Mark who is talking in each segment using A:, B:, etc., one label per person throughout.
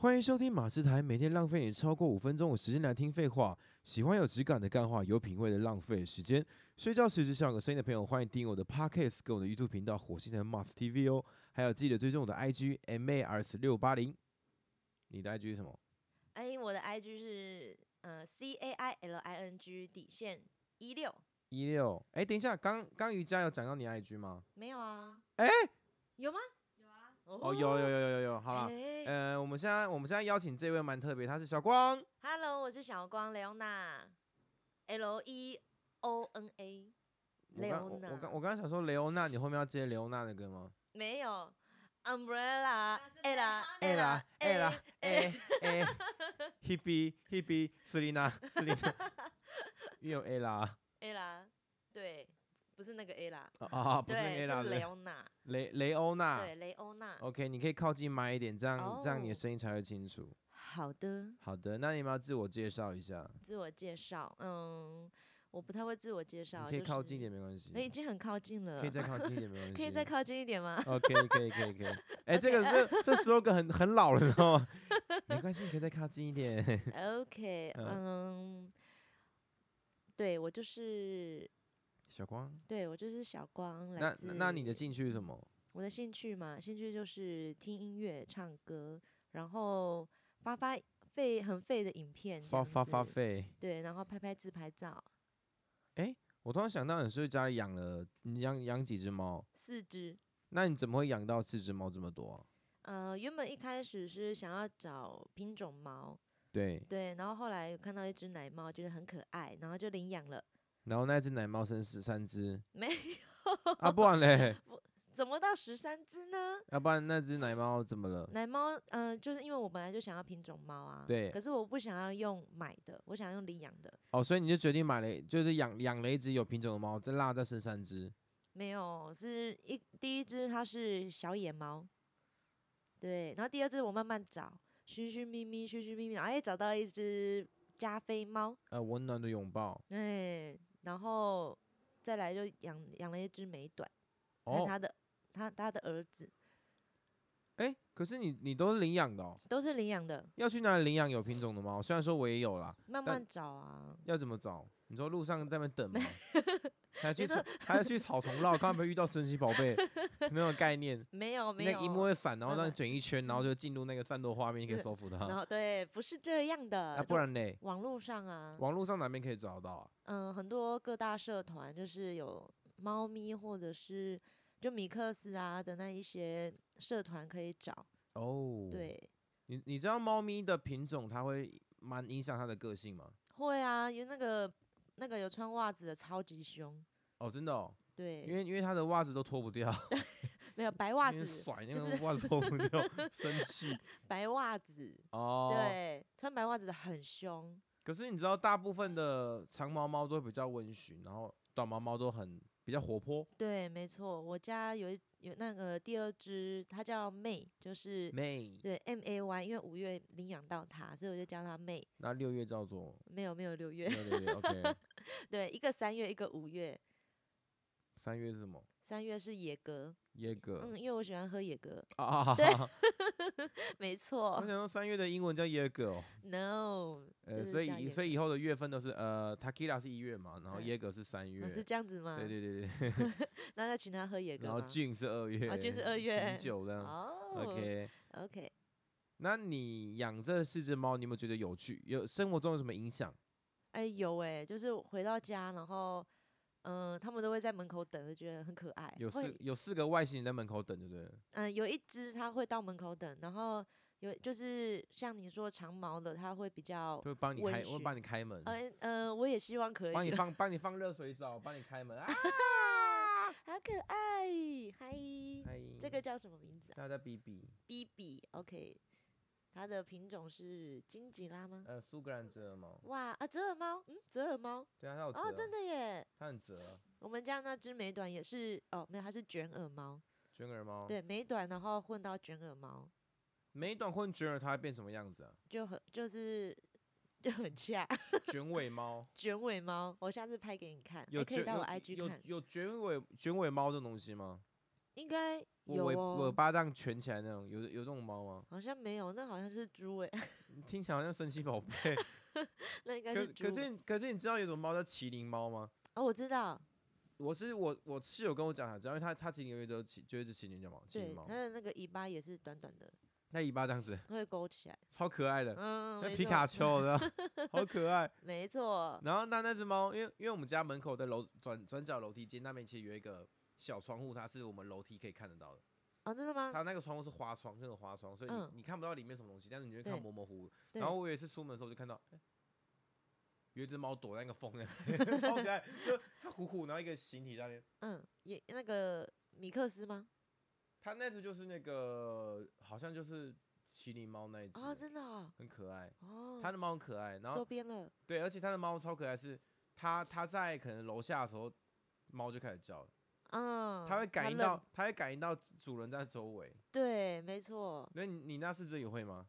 A: 欢迎收听马斯台，每天浪费你超过五分钟的时间来听废话。喜欢有质感的干话，有品味的浪费时间。睡觉时只想有个声音的朋友，欢迎订阅我的 Podcast 跟我的 YouTube 频道火星人 Mars TV 哦，还有记得追踪我的 IG MARS 六八零。你的 IG 是什么？
B: 哎，我的 IG 是呃 C A I L I N G 底线一六，
A: 一六。哎，等一下，刚刚瑜伽有讲到你 IG 吗？
B: 没有啊？
A: 哎，
B: 有吗？有啊。
A: 哦，有有有有有有，好了。
B: 哎
A: 呃，我们现在我们现在邀请这位蛮特别，他是小光。
B: Hello，我是小光雷欧娜，L E O N A，
A: 我刚我
B: 雷欧娜
A: 我刚我刚才想说雷欧娜，你后面要接雷欧娜的歌吗？
B: 没有 Umbrella 啊 Ella
A: 哎啦哎啦
B: Ella，
A: 哎哎 h e b e h e b e 斯琳 娜斯琳娜，因为有 A 啦
B: Ella，对，不是那个 Ella，
A: 啊啊，不是
B: 对，
A: A 啦，
B: 是雷
A: 对啊哦
B: 欧娜，
A: 雷雷欧娜
B: 对，。雷欧娜。
A: OK，你可以靠近麦一点，这样这样你的
B: 哦
A: 声音才会清楚。
B: 好的，
A: 好的，那你们要自我介绍一下，
B: 自我介绍，嗯，我不太会自我介
A: 你
B: 绍，
A: 可以
B: 就是
A: 靠近一点没关系，
B: 我已经很靠近了，
A: 可以再靠近一点没关系，
B: 可以再。靠近一点吗？
A: 哦，可以可以可以可以。哎，这个这 这 slogan 很很老了，你知道吗？没关系，你可以再靠近一点。
B: OK，嗯，对我就是，
A: 小光，
B: 对我就是小光，来
A: 那
B: 自
A: 那你的兴趣是什么？
B: 我的兴趣嘛，兴趣就是听音乐、唱歌，然后发发废很废的影片，
A: 发发发，费。
B: 对，然后拍拍自拍照，
A: 我突然想到，你是不是家里养了你养养几只猫？
B: 四肢。
A: 那你怎么会养到四只猫这么多啊、
B: 呃，原本一开始是想要找品种猫，
A: 对，
B: 对，然后后来有看到一只奶猫，觉得很可爱，然后就领养了。，
A: 然后那只奶猫生十三只
B: 没
A: 啊，不然嘞，
B: 怎么到十三只呢？
A: 要、不然那只奶猫怎么了？
B: 奶猫，嗯、就是因为我本来就想要品种猫啊，
A: 对
B: 可是我不想要用买的，我想要用领养的。
A: 哦，所以你就决定买了，就是养养了一只有品种的猫，再落在十三只。
B: 没有，是一第一只它是小野猫，对，然后第二只我慢慢找，寻寻觅觅，寻寻觅觅，然后哎找到一只加菲猫，
A: 呃，温暖的拥抱。
B: 哎，然后再来就养养了一只美短，还有
A: 哦，
B: 它的它它的儿子
A: 哎、可是你你都是领养的哦，
B: 都是领养的，
A: 要去哪里领养有品种的猫？虽然说我也有啦，
B: 慢
A: 但
B: 慢找啊，
A: 要怎么找？你说路上在那边等 吗？还要去
B: 你
A: 草还要去草丛绕，看有没有遇到神奇宝贝 那种概念。
B: 没有没
A: 那
B: 有，
A: 个荧幕会闪，然后
B: 慢
A: 让你
B: 慢
A: 卷一圈，然后就进入那个战斗画面，你可以
B: 是
A: 收服
B: 然
A: 它。
B: 后呃对，不是这样的，
A: 那不然嘞，
B: 网络上啊，
A: 网络上哪边可以找得到啊？
B: 嗯，很多各大社团就是有猫咪或者是就米克斯啊的那一些社团可以找。
A: 哦，，
B: 对，
A: 你你知道猫咪的品种它会蛮影响它的个性吗？
B: 会啊，有那个那个有穿袜子的超级凶，
A: 哦，真的哦，因
B: 对，
A: 为因为它的袜子都脱不掉，
B: 没有白袜
A: 那边
B: 子，
A: 甩那
B: 就
A: 个
B: 是
A: 袜子脱 不掉，生气
B: 白袜子，
A: 哦。，
B: 对，穿白袜子的很凶，
A: 可是你知道大部分的长毛猫都比较温驯，然后短毛猫都很比较活泼。
B: 对，没错，我家有一有那个第二只，它叫妹，就是。
A: 妹，
B: 对 M A Y，因为五月领养到它，所以我就叫它妹。
A: 那六月叫做
B: 没有没有六月
A: 六，六月，OK，
B: 对，一个三月，一个五月。
A: 三月是什么？
B: 三月是野格，
A: 耶格
B: 嗯，因为我喜欢喝野格，
A: 啊
B: 嗯
A: 啊！
B: 对
A: 啊
B: 没
A: 我
B: 错
A: 想说三月的英文叫耶格哦。
B: ，no，
A: 呃，
B: 哦就是
A: 所
B: 叫
A: 以
B: 野
A: 所以以后的月份都是呃，Takila 是一月嘛，然后
B: 嗯
A: 耶格是三月，
B: 哦是
A: 对
B: 这样子吗？
A: 对对对，
B: 那再请他喝野格
A: 然后
B: 吗？
A: June 是二月，
B: 哦，就是二
A: 清
B: 月，
A: 酒这样。
B: 哦
A: OK，
B: OK，
A: 那你养这四只猫，你有没有觉得有趣？有生活中有什么影响？
B: 哎有哎，就是回到家，然后嗯，他们都会在门口等，就觉得很可爱。
A: 有
B: 会
A: 四有四个外星人在门口等，对不对了？
B: 嗯，有一只它会到门口等，然后有就是像你说长毛的，它会比较
A: 就，会帮你
B: 温
A: 开，会
B: 驯
A: 帮你开门，
B: 嗯呃，我也希望可
A: 帮你
B: 以，
A: 放帮你放热水澡，帮你开门 啊！
B: 好可爱，嗨，
A: 嗨
B: 这个叫什么名字啊？
A: 大家比比，
B: B B OK，它的品种是金吉拉吗？
A: 呃，苏格兰折耳猫，
B: 哇啊，折耳猫，嗯，折耳猫，
A: 对啊，它有折
B: 哦，真
A: 啊，
B: 的耶！
A: 它很折啊，
B: 我们家那只美短也是，哦，没有，它是卷耳猫，
A: 卷耳猫，
B: 对，美短，然后混到卷耳猫，
A: 美短混卷耳它会变什么样子啊？
B: 就很就是就很恰
A: 卷尾 猫。
B: 卷尾猫，我下次拍给你看，
A: 有
B: 哎也可以
A: 卷
B: 到
A: 有
B: 我 IG
A: 有
B: 看，
A: 有卷尾卷尾猫这种东西吗？
B: 应该
A: 我
B: 有
A: 尾尾
B: 哦，
A: 巴这样蜷起来那种，有有这种猫吗？
B: 好像没有，那好像是猪诶、
A: 听起来好像神奇宝贝。
B: 那应该
A: 可
B: 猪
A: 可
B: 吧。
A: 是你可是你知道有种猫叫麒麟猫吗？
B: 哦，我知道，
A: 我是我我室友跟我讲的，只要它它其实有一只麒就一只麒麟叫猫，麒麟
B: 对，
A: 猫
B: 它，的那个尾巴也是短短的，
A: 那尾巴这样子，
B: 它会勾起来。
A: 超可爱的，
B: 嗯，
A: 那
B: 没
A: 皮
B: 错
A: 卡，丘的， 好可爱。
B: 没错，
A: 然后那那只猫，因为因为我们家门口的楼转转角楼梯间那边其实有一个小窗户，它是我们楼梯可以看得到的。
B: 哦，真的吗？
A: 它那个窗户是花窗，那种花窗，所以你、
B: 嗯
A: 你看不到里面什么东西，但是你会看
B: 对
A: 模模糊糊。
B: 对
A: 然后我有一次出门的时候就看到，哎有一只猫躲在那个风那边， 超可爱，就它虎虎，然后一个形体在那边。
B: 嗯，也那个米克斯吗？
A: 它那只就是那个好像就是麒麟猫那一只，
B: 哦，真的哦，
A: 很可爱。
B: 哦，
A: 它的猫很可爱，然
B: 收
A: 后
B: 编了，
A: 对，而且它的猫超可爱是，它它在可能楼下的时候，猫就开始叫了。
B: 嗯，
A: 它会感应
B: 认
A: 到，它会感应到主人在周围。
B: 对，没错，
A: 那你你那四只也会吗？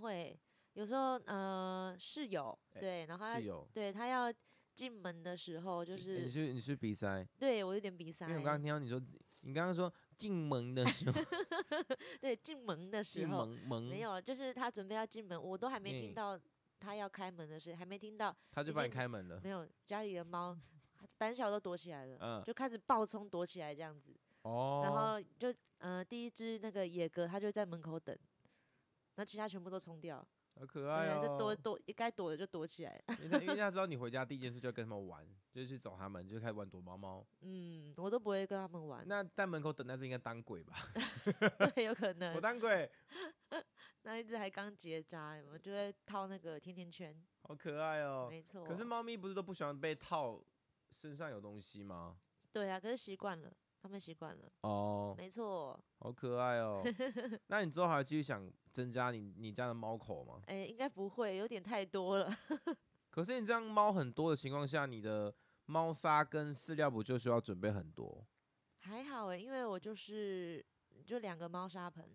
B: 会有时候呃室友
A: 哎
B: 对，然后他
A: 室友
B: 对他要进门的时候就
A: 进哎你
B: 是
A: 是你是鼻塞，
B: 对我有点鼻塞
A: 因为，我刚刚听到你说，你刚刚说进门的 时候，
B: 对进门的时
A: 进
B: 候
A: 门门
B: 没，有，就是他准备要进门，我都还没
A: 哎
B: 听到他要开门的事，还没听到，
A: 它就
B: 已
A: 帮你
B: 经
A: 开门了。
B: 没有家里的猫胆小都躲起来了，
A: 嗯，
B: 就开始暴冲躲起来这样子，然
A: 哦，
B: 后就呃第一只那个野哥它就在门口等，那其他全部都冲掉，
A: 好可爱
B: 对，就躲
A: 哦。
B: 躲该躲的就躲起来，
A: 因为它因为它知道你回家第一件事就要跟他们玩，就是去找他们，就开始玩躲猫猫。
B: 嗯，我都不会跟他们玩，
A: 那在门口等那只应该当鬼吧？
B: 对， 有可能
A: 我。当鬼，
B: 那一只还刚结扎，有没有就会套那个甜甜圈，
A: 好可爱哦。
B: 没错。
A: 可是猫咪不是都不喜欢被套身上有东西吗？
B: 对啊，可是习惯了，他们习惯了，
A: 哦，
B: 没错。
A: 好可爱 哦！那你之后还继续想增加你你家的猫口吗？
B: 哎、应该不会，有点太多了。
A: 可是你这样猫很多的情况下，你的猫砂跟饲料不就需要准备很多？
B: 还好哎、因为我就是就两个猫砂盆，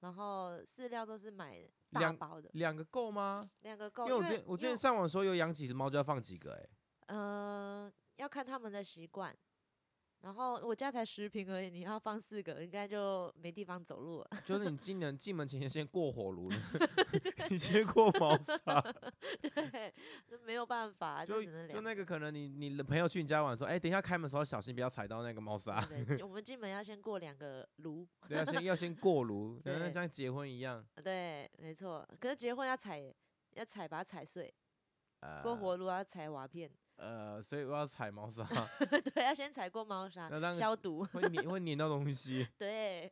B: 然后饲料都是买大
A: 两
B: 包的，
A: 两个够吗？
B: 两个
A: 哦因为
B: 够。
A: 我之前我之前上网说有养几只猫就要放几个、欸，
B: 嗯、呃要看他们的习惯。然后我家才十平而已，你要放四个，应该就没地方走路了。
A: 就是你进门进门前先过火炉， 你先过猫砂，
B: 对，那没有办法，
A: 就
B: 只能
A: 就
B: 两
A: 那个可能你你的朋友去你家玩说，哎、等一下开门的时候小心不要踩到那个猫砂，
B: 对 对，我们进门要先过两个炉，
A: 对，要先要先过 炉，然后
B: 对
A: 像结婚一样，
B: 对，没错。可是结婚要踩，要踩把它踩碎，
A: 呃
B: 过火炉要踩瓦片，
A: 呃，所以我要踩猫砂，
B: 对，要先踩过猫砂
A: 那让
B: 消毒，
A: 会粘会粘到东西。
B: 对，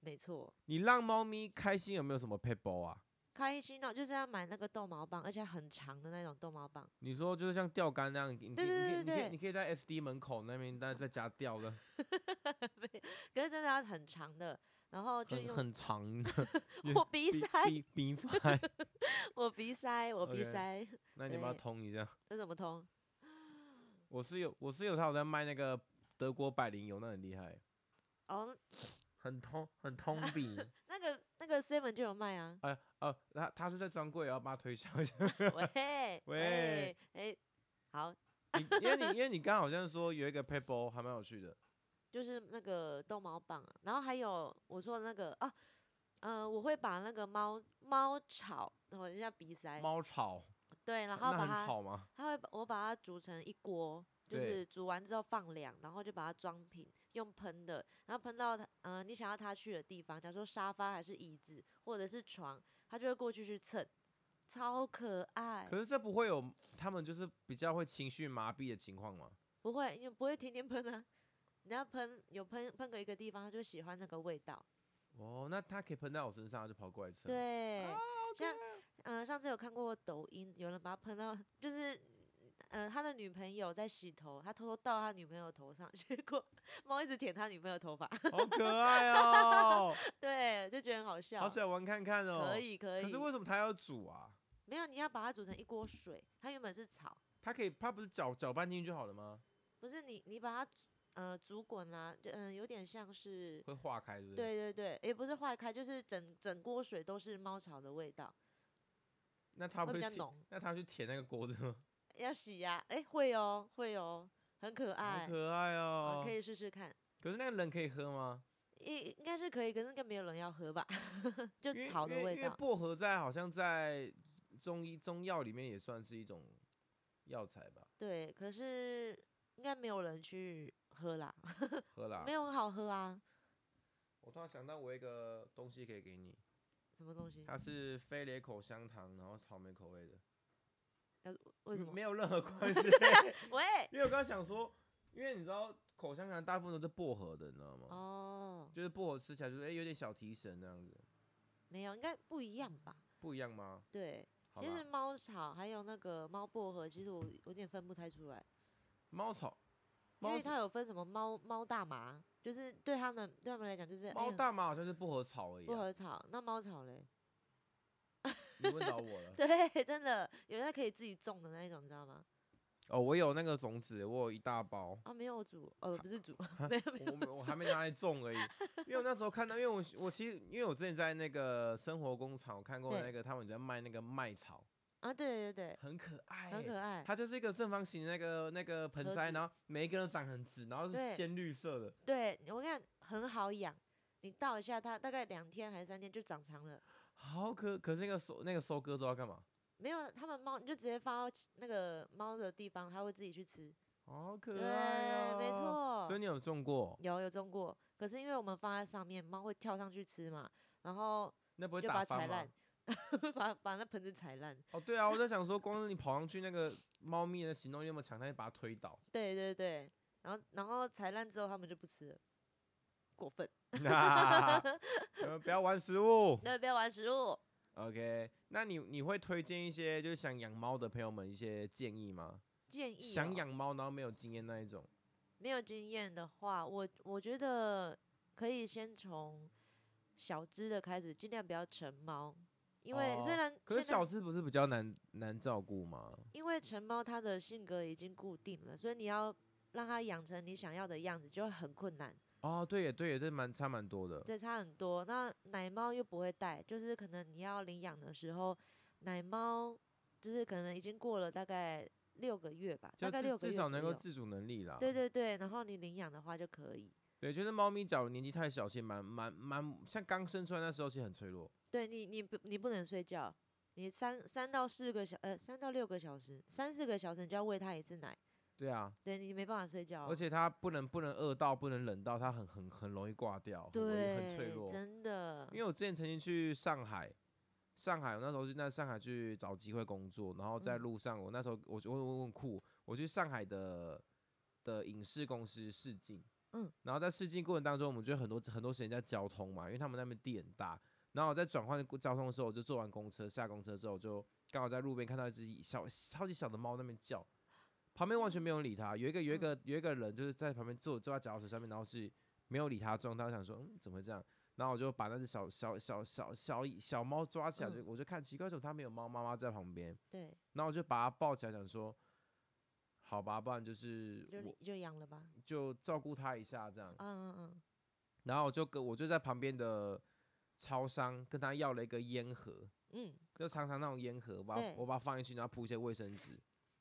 B: 没错。
A: 你让猫咪开心有没有什么 p e b b l 啊？
B: 开心哦，就是要买那个逗猫棒，而且很长的那种逗猫棒。
A: 你说就是像钓竿那样，你可
B: 对
A: 以你
B: 对
A: 可以你可以
B: 对对
A: 你可以在 SD 门口那边在在家钓 的，
B: 可是真的要很长的，然后就
A: 很
B: 用
A: 很长 的
B: 我鼻塞，
A: 鼻鼻 塞。
B: 我鼻塞，我鼻
A: OK
B: 塞，
A: 那你要不要
B: 对
A: 通一下？
B: 这怎么通？
A: 我室友我室友他有在卖那个德国百灵油，那很厉害，
B: 哦，
A: 很通很通鼻。。
B: 那个那个 seven 就有卖啊
A: 呃呃，他他是在专柜，然后帮他推销一下。
B: 喂
A: 喂
B: 喂，哎，好，
A: 你因为你因为你刚刚好像说有一个 p e b b l 还蛮有趣的，
B: 就是那个逗猫棒啊，然后还有我说的那个啊，呃，我会把那个猫猫草，我人家鼻塞，
A: 猫草，
B: 对，哎然后
A: 那
B: 把
A: 很
B: 它，
A: 吵吗？
B: 它会把我把它煮成一锅，就
A: 对
B: 是煮完之后放凉，然后就把它装瓶，用喷的，然后喷到它，呃，你想要它去的地方，假如说沙发还是椅子或者是床，它就会过去去蹭，超可爱
A: 可，是这不会有他们就是比较会情绪麻痹的情况吗？
B: 不会，因为不会天天喷啊，你要喷有喷喷个一个地方，它就喜欢那个味道。
A: 哦，那它可以喷在我身上，它就跑过来吃。，
B: 对，
A: 啊
B: 像
A: 可
B: 嗯、呃上次有看过抖音，有人把他喷到，就是呃，他的女朋友在洗头，他偷偷倒他女朋友头上， 结果猫一直舔他女朋友头发，
A: 好可爱哦，
B: 对，就觉得很好笑。
A: 好想玩看看哦。
B: 可。以可以，
A: 可是为什么它要煮啊？
B: 没有你要把它煮成一锅水，它原本是草，
A: 它可以，它不是搅搅拌进去就好了吗？
B: 不是你你把它煮呃煮滚啦、就嗯、有点像是，
A: 会化开，对不对？对。
B: 对对对，也不是化开，就是整整锅水都是猫草的味道，
A: 那它
B: 会
A: 会
B: 比较
A: 舔
B: 浓，
A: 那它去舔那个锅子吗？
B: 要洗呀、哎、会哦会哦，很可
A: 好
B: 爱，
A: 可爱
B: 啊
A: 哦。
B: 可以试试看。
A: 可是那个冷可以喝吗？
B: 应应该是可以，可是应该没有人要喝吧， 就
A: 因为
B: 草
A: 因
B: 的
A: 为
B: 味
A: 因为
B: 道。
A: 薄荷在好像在中医中药里面也算是一种药材吧，
B: 对，可是应该没有人去喝啦，
A: 喝啦。
B: 没有很好喝啊，
A: 我突然想到我有一个东西可以给你，
B: 什么东西？
A: 它是飞雷口香糖，然后草莓口味的，
B: 为什
A: 嗯
B: 么？
A: 没有任何关 系。
B: 喂，
A: 因为我刚刚想说，因为你知道口香糖大部分都是薄荷的，你知道吗？
B: 哦，
A: 就是薄荷吃起来就是哎、有点小提神那样子，
B: 没有，应该不一样吧？
A: 不一样吗？
B: 对，
A: 好
B: 其
A: 啦
B: 实猫草还有那个猫薄荷，其实我有点分不太出来，
A: 猫草，
B: 因
A: 猫
B: 为
A: 草
B: 它有分什么猫猫大麻，就是对它们对它们来讲就是哎
A: 猫
B: 呀
A: 大啊麻好像是薄荷草而已、
B: 薄
A: 啊。
B: 荷草，那猫草嘞？
A: 你问到 我了。
B: 对，真的有它可以自己种的那一种，你知道吗？
A: 哦，我有那个种子，我有一大包。
B: 啊，没有煮，呃，不是煮，没有没
A: 我
B: 有
A: 没我还没拿来种而已，因为我那时候看到，因为我我其实因为我之前在那个生活工厂，我看过
B: 对
A: 那个他们在卖那个麦草，
B: 啊，对对对，
A: 很可爱、
B: 很可
A: 欸，
B: 爱，
A: 它就是一个正方形的那个那个盆
B: 盒
A: 栽，
B: 子
A: 然后每一根都长很直，然后是
B: 对
A: 鲜绿色的，
B: 对我看很好养，你倒一下它，大概两天还是三天就长长了。
A: 好可。可是那个收那个收割之后要干嘛？
B: 没有，它们猫你就直接放到那个猫的地方，它会自己去吃。
A: 好可
B: 对，
A: 爱、哦，
B: 没。错
A: 所以，你有种过，
B: 有有种过。可是因为我们放在上面，猫会跳上去吃嘛，然 后
A: 那不会
B: 就
A: 打
B: 把它踩
A: 翻吗
B: 烂？，把把那盆子踩烂。
A: 哦，对啊，我在想说，光是你跑上去，那个猫咪的行动力那么强，它就把它推倒。
B: 对对对，然后然后踩烂之后，它们就不吃了，过分。
A: 那呃不要玩食物。
B: 对，不要玩食物。
A: OK，那你你会推荐一些就是想养猫的朋友们一些建议吗？
B: 建议、哦
A: 想养猫然后没有经验那一种，
B: 没有经验的话，我我觉得可以先从小只的开始，尽量不要成猫，因为虽
A: 哦
B: 然
A: 可是
B: 现在
A: 小只不是比较难难照顾吗？
B: 因为成猫它的性格已经固定了，所以你要让它养成你想要的样子就会很困难，
A: 哦，对耶，对耶，这蛮差蛮多的。
B: 这差很多。那奶猫又不会带，就是可能你要领养的时候，奶猫就是可能已经过了大概六个月吧，
A: 就
B: 大概
A: 至
B: 六个
A: 至
B: 月
A: 少能
B: 左
A: 够
B: 右
A: 自主能力啦。
B: 对对对，然后你领养的话就可以。
A: 对，就是猫咪，假如年纪太小，其实蛮蛮蛮像刚生出来那时候，其实很脆弱。
B: 对你，你不你不能睡觉，你三三到四个小呃三到六个小时，三四个小时你就要喂它一次奶，
A: 对啊，
B: 对你没办法睡觉哦，
A: 而且它不能不能饿到，不能冷到，它很很很容易挂掉，很容易
B: 对
A: 很脆弱。
B: 真的，
A: 因为我之前曾经去上海，上海我那时候就在上海去找机会工作，然后在
B: 嗯
A: 路上，我那时候我就我我很酷，我去上海的的影视公司试镜，
B: 嗯，
A: 然后在试镜过程当中，我们就很多很多时间在交通嘛，因为他们那边地很大，然后我在转换过交通的时候，我就坐完公车下公车之后，我就刚好在路边看到一只小超级小的猫在那边叫。旁边完全没有人理它，有一个有一
B: 嗯
A: 个有一个人就是在旁边坐坐在脚踏车上面，然后是没有理它的状态，我想说嗯怎么会这样？然后我就把那只小小小小小小猫抓起来，
B: 嗯
A: 就我就看奇怪，为什么它没有猫妈妈在旁边？
B: 对，
A: 然后我就把它抱起来，想说，好吧，不然就是
B: 就你
A: 我
B: 就养了吧，
A: 就照顾它一下这样。
B: 嗯嗯嗯，
A: 然后我就跟我就在旁边的超商跟他要了一个烟盒，
B: 嗯，
A: 就常常那种烟盒，我把它
B: 对
A: 我把它放进去，然后铺一些卫生纸。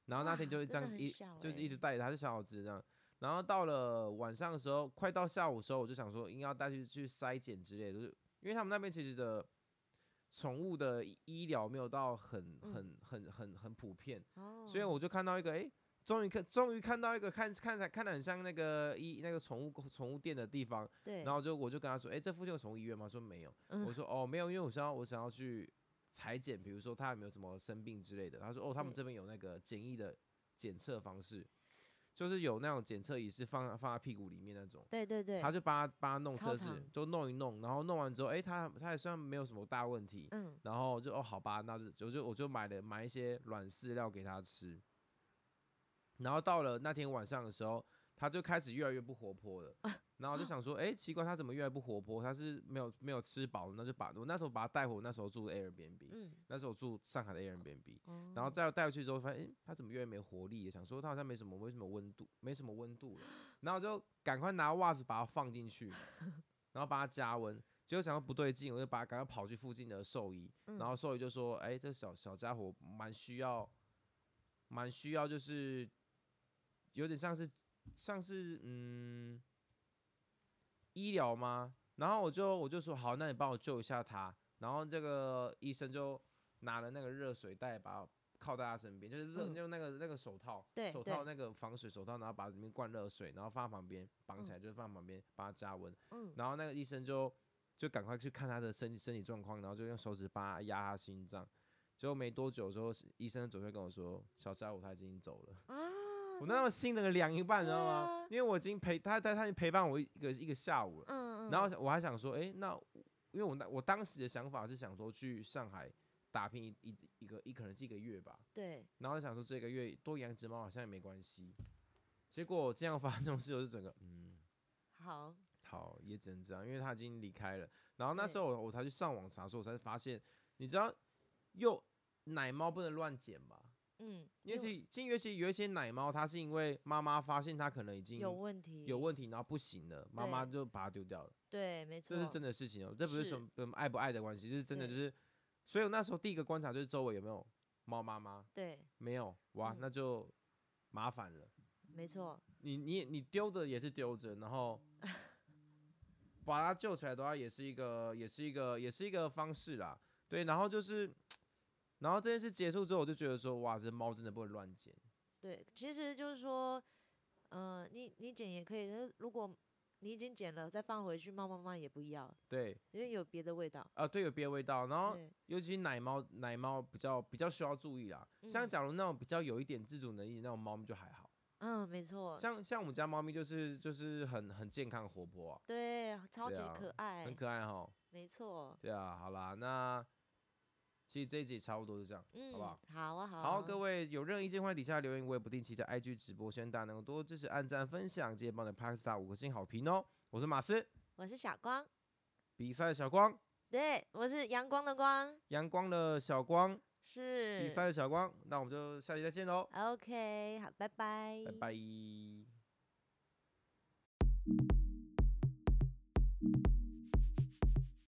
A: 然后那天
B: 哇
A: 就是
B: 真
A: 这
B: 的
A: 样
B: 很
A: 一
B: 小
A: 就是
B: 欸
A: 一直带着它，就小小只这样。然后到了晚上的时候，快到下午的时候，我就想说应该要带去去筛检之类的，就是因为他们那边其实的宠物的医医疗没有到很
B: 嗯
A: 很很很很普遍，
B: 哦，
A: 所以我就看到一个，哎、终于看，终于看到一个看看起来看得很像那个医那个宠物宠物店的地方，
B: 对，
A: 然后就我就跟他说，哎、这附近有宠物医院吗？他说没有，
B: 嗯
A: 我说哦没有，因为我想要我想要去裁剪，比如说他有没有什么生病之类的。他说哦，他们
B: 对
A: 这边有那个简易的检测方式，就是有那种检测仪是放放在屁股里面那种。
B: 对对对
A: 他，就帮他帮他弄测
B: 超
A: 试
B: 长，
A: 就弄一弄，然后弄完之后，哎、他他也算没有什么大问题，
B: 嗯，
A: 然后就哦，好吧，那就我就我就买了买一些软饲料给它吃。然后到了那天晚上的时候，它就开始越来越不活泼了。然后我就想说，哎、奇怪，它怎么越来越不活泼？它是没有没有吃饱，那就把我那时候把它带回我那时候住的 Airbnb，、
B: 嗯，
A: 那时候我住上海的 Airbnb。
B: 哦
A: 然后再带回去之后，发现哎，诶它怎么越来越没活力？想说它好像没什么没什么温度，没什么温度了。然后我就赶快拿袜子把它放进 去，然后把它加温。结果想到不对劲，我就把它赶快跑去附近的兽医，
B: 嗯
A: 然后兽医就说：“哎、这小小家伙蛮需要，蛮需要，就是有点像是像是嗯，医疗吗？然后我就我就说好，那你帮我救一下他。然后这个医生就拿了那个热水袋，把它靠在他身边，就是热、
B: 嗯
A: 用那个那个手套，
B: 对
A: 手
B: 对
A: 套那个防水手套，然后把里面灌热水，然后放在旁边绑起
B: 嗯
A: 来，就是放在旁边帮他加温。
B: 嗯，
A: 然后那个医生就就赶快去看他的身体身体状况，然后就用手指帮他压他心脏。结果没多久之后，医生走出来跟我说：“小家伙他已经走了。”
B: 啊，
A: 我那时候心整个凉一半，你知道
B: 对
A: 吗
B: 啊？
A: 因为我已经陪他，他他已经陪伴我一个一个下午了。
B: 嗯嗯，
A: 然后我还想说，哎、那我因为我那我当时的想法是想说去上海打拼一一一个一可能是一个月吧，
B: 对，
A: 然后想说这个月多养只猫好像也没关系。结果这样发生这种事，我就整个嗯，
B: 好，
A: 好，也只能这样，因为他已经离开了。然后那时
B: 对
A: 候我我才去上网查的时候，我才发现，你知道幼奶猫不能乱捡吧？
B: 嗯，
A: 因为其实其实尤其有一些奶猫，它是因为妈妈发现它可能已经
B: 有问题，
A: 有问题，然后不行了，妈妈就把它丢掉了。
B: 对，没错，
A: 这是真的事情哦，这不是
B: 是
A: 什么嗯爱不爱的关系，这是真的，
B: 对
A: 就是。所以我那时候第一个观察就是周围有没有猫妈妈，
B: 对，
A: 没有哇，
B: 嗯
A: 那就麻烦了。
B: 没错，
A: 你你你丢的也是丢着，然 后把它救起来的话，也是一个也是一个也是一个方式啦。对，然后就是，然后这件事结束之后，我就觉得说，哇，这猫真的不能乱捡。
B: 对，其实就是说，呃，你你捡也可以，但是如果你已经捡了，再放回去，猫妈妈也不要，
A: 对，
B: 因为有别的味道。
A: 啊、对，有别的味道。然后
B: 对，
A: 尤其奶猫，奶猫比较比较需要注意啦。像
B: 嗯
A: 假如那种比较有一点自主能力的那种猫咪就还好，
B: 嗯，没错，
A: 像像我们家猫咪就是就是很很健康活泼啊，
B: 对，超
A: 对
B: 级
A: 啊
B: 可爱，
A: 很可爱哈。
B: 没错，
A: 对啊，好啦，那其实这一集也差不多是这样。
B: 嗯，
A: 好不好？
B: 啊，好啊，
A: 好，各位有任何意见欢迎底下留言，我也不定期在 IG 直播，希望大家能够多多支持、按赞、分享，记得帮我的 p a s t a 五颗星好评哦。我是马斯，
B: 我是小光，
A: 比赛的小光，
B: 对，我是阳光的光，
A: 阳光的小光，
B: 是
A: 比赛的小光，那我们就下期再见喽，
B: OK，好，拜拜，
A: 拜拜。